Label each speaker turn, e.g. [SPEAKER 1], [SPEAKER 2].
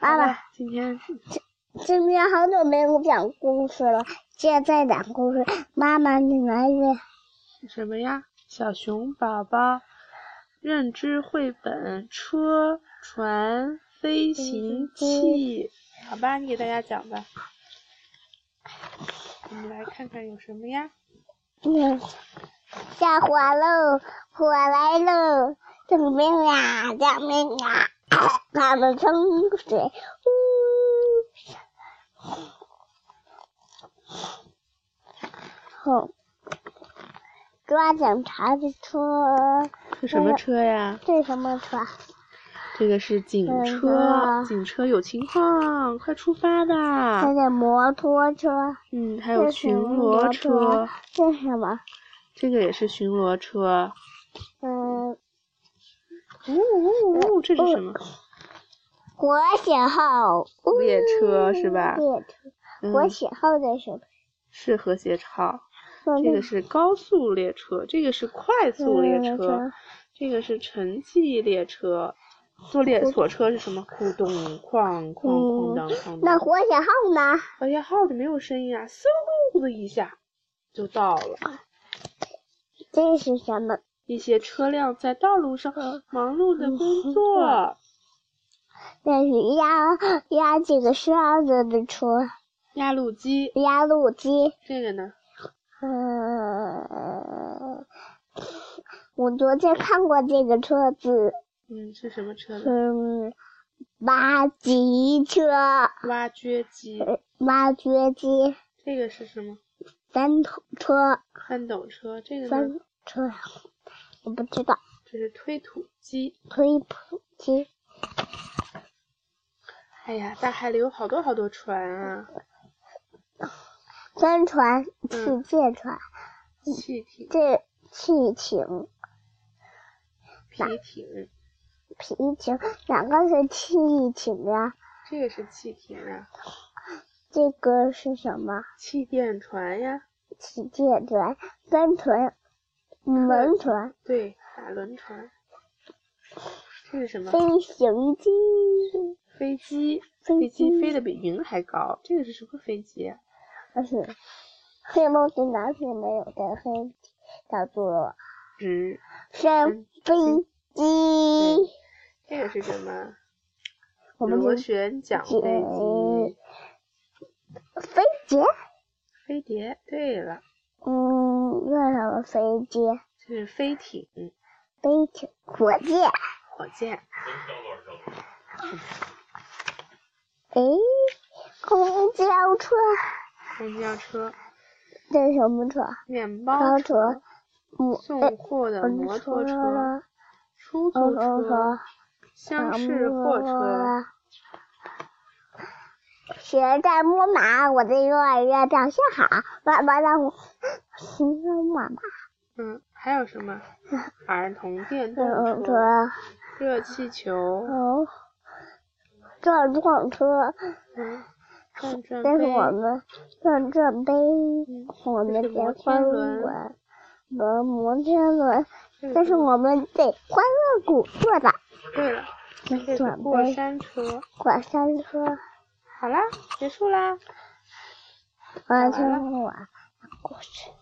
[SPEAKER 1] 爸爸，
[SPEAKER 2] 今天
[SPEAKER 1] 今天好久没有讲故事了，现在讲故事。妈妈，你来念。
[SPEAKER 2] 什么呀？小熊宝宝认知绘本：车、船、飞行器。好吧，你给大家讲吧。我们来看看有什么呀？
[SPEAKER 1] 嗯，下火喽，火来喽！救命啊！救命啊！ 他们冲水，呜！后抓警察的车，
[SPEAKER 2] 是什么车呀？
[SPEAKER 1] 这什么车？
[SPEAKER 2] 啊这个是警车，
[SPEAKER 1] 嗯
[SPEAKER 2] 警车有情况，快出发
[SPEAKER 1] 这
[SPEAKER 2] 吧。
[SPEAKER 1] 是摩托车，
[SPEAKER 2] 嗯，还
[SPEAKER 1] 还
[SPEAKER 2] 有巡逻车，，
[SPEAKER 1] 这是什么？
[SPEAKER 2] 这个也是巡逻车。
[SPEAKER 1] 嗯，
[SPEAKER 2] 呃呜呜呜，哦这是什么？
[SPEAKER 1] 呃火写号，呜
[SPEAKER 2] 列车是吧
[SPEAKER 1] 列车，
[SPEAKER 2] 嗯，
[SPEAKER 1] 火写号的什么？
[SPEAKER 2] 是和谐号。这个是高速列车，这个是快速列车，这个是城际列车。坐列
[SPEAKER 1] 嗯
[SPEAKER 2] 锁车是什么？咕咚，哐哐哐当哐
[SPEAKER 1] 那
[SPEAKER 2] 当。
[SPEAKER 1] 火写号呢？
[SPEAKER 2] 哎呀，号就没有声音啊，嗖的一下就到了。
[SPEAKER 1] 这是什么？
[SPEAKER 2] 一些车辆在道路上忙碌的工
[SPEAKER 1] 嗯
[SPEAKER 2] 作。
[SPEAKER 1] 这是压压这个沙子的车，
[SPEAKER 2] 压路机，
[SPEAKER 1] 压路机。
[SPEAKER 2] 这个呢？
[SPEAKER 1] 嗯，我昨天看过这个车子，
[SPEAKER 2] 嗯，是什么车呢？
[SPEAKER 1] 嗯，挖机车、
[SPEAKER 2] 挖掘机，
[SPEAKER 1] 呃挖掘机、
[SPEAKER 2] 这个是什么？
[SPEAKER 1] 翻土车、
[SPEAKER 2] 翻斗车，这个呢
[SPEAKER 1] 翻？车，我不知道，
[SPEAKER 2] 这是推土机。
[SPEAKER 1] 推土机。
[SPEAKER 2] 哎呀，大海里有好多好多船啊，
[SPEAKER 1] 帆船、汽舰船、
[SPEAKER 2] 汽艇、
[SPEAKER 1] 这汽艇、
[SPEAKER 2] 皮艇，
[SPEAKER 1] 皮艇，哪个是汽艇呀？
[SPEAKER 2] 这个是汽艇啊，
[SPEAKER 1] 啊这个是什么？
[SPEAKER 2] 气垫船呀，
[SPEAKER 1] 汽舰船、帆船、轮船、
[SPEAKER 2] 对，打轮船。这是什么？
[SPEAKER 1] 飞行机、
[SPEAKER 2] 飞机，
[SPEAKER 1] 飞
[SPEAKER 2] 飞机
[SPEAKER 1] 机
[SPEAKER 2] 飞得比云还高。这个是什么飞机啊？
[SPEAKER 1] 但是《黑猫警长》里没有的黑，叫做
[SPEAKER 2] 直，
[SPEAKER 1] 山飞机。
[SPEAKER 2] 这个是什么？
[SPEAKER 1] 我们
[SPEAKER 2] 螺
[SPEAKER 1] 的
[SPEAKER 2] 旋桨飞
[SPEAKER 1] 嗯
[SPEAKER 2] 机，
[SPEAKER 1] 飞机，
[SPEAKER 2] 飞碟。对了，
[SPEAKER 1] 嗯，那什么飞机？
[SPEAKER 2] 这是飞艇、
[SPEAKER 1] 飞艇、火箭。
[SPEAKER 2] 火箭。
[SPEAKER 1] 诶，公交车，
[SPEAKER 2] 公交车、
[SPEAKER 1] 这是什么车？
[SPEAKER 2] 面包
[SPEAKER 1] 包
[SPEAKER 2] 车、
[SPEAKER 1] 车，摩
[SPEAKER 2] 送货的摩托车、出租
[SPEAKER 1] 摩托
[SPEAKER 2] 车、
[SPEAKER 1] 车，
[SPEAKER 2] 厢式货车、。
[SPEAKER 1] 谁在木马？我的幼儿园长相好，妈妈让我，行了，妈妈，
[SPEAKER 2] 嗯，还有什 么？儿童电动
[SPEAKER 1] 摩托车，
[SPEAKER 2] 车、热气球、
[SPEAKER 1] 哦，转转车，
[SPEAKER 2] 嗯，转转
[SPEAKER 1] 这是
[SPEAKER 2] 飞、
[SPEAKER 1] 我们转转杯，我们
[SPEAKER 2] 嗯这是
[SPEAKER 1] 结
[SPEAKER 2] 摩天
[SPEAKER 1] 婚
[SPEAKER 2] 轮嗯
[SPEAKER 1] 我们摩天轮，
[SPEAKER 2] 这
[SPEAKER 1] 这
[SPEAKER 2] 个
[SPEAKER 1] 是我们在欢乐谷做的。
[SPEAKER 2] 对了，这是
[SPEAKER 1] 转
[SPEAKER 2] 过
[SPEAKER 1] 杯
[SPEAKER 2] 山车。
[SPEAKER 1] 过山车，
[SPEAKER 2] 好啦，结束啦。
[SPEAKER 1] 呃我听我故事。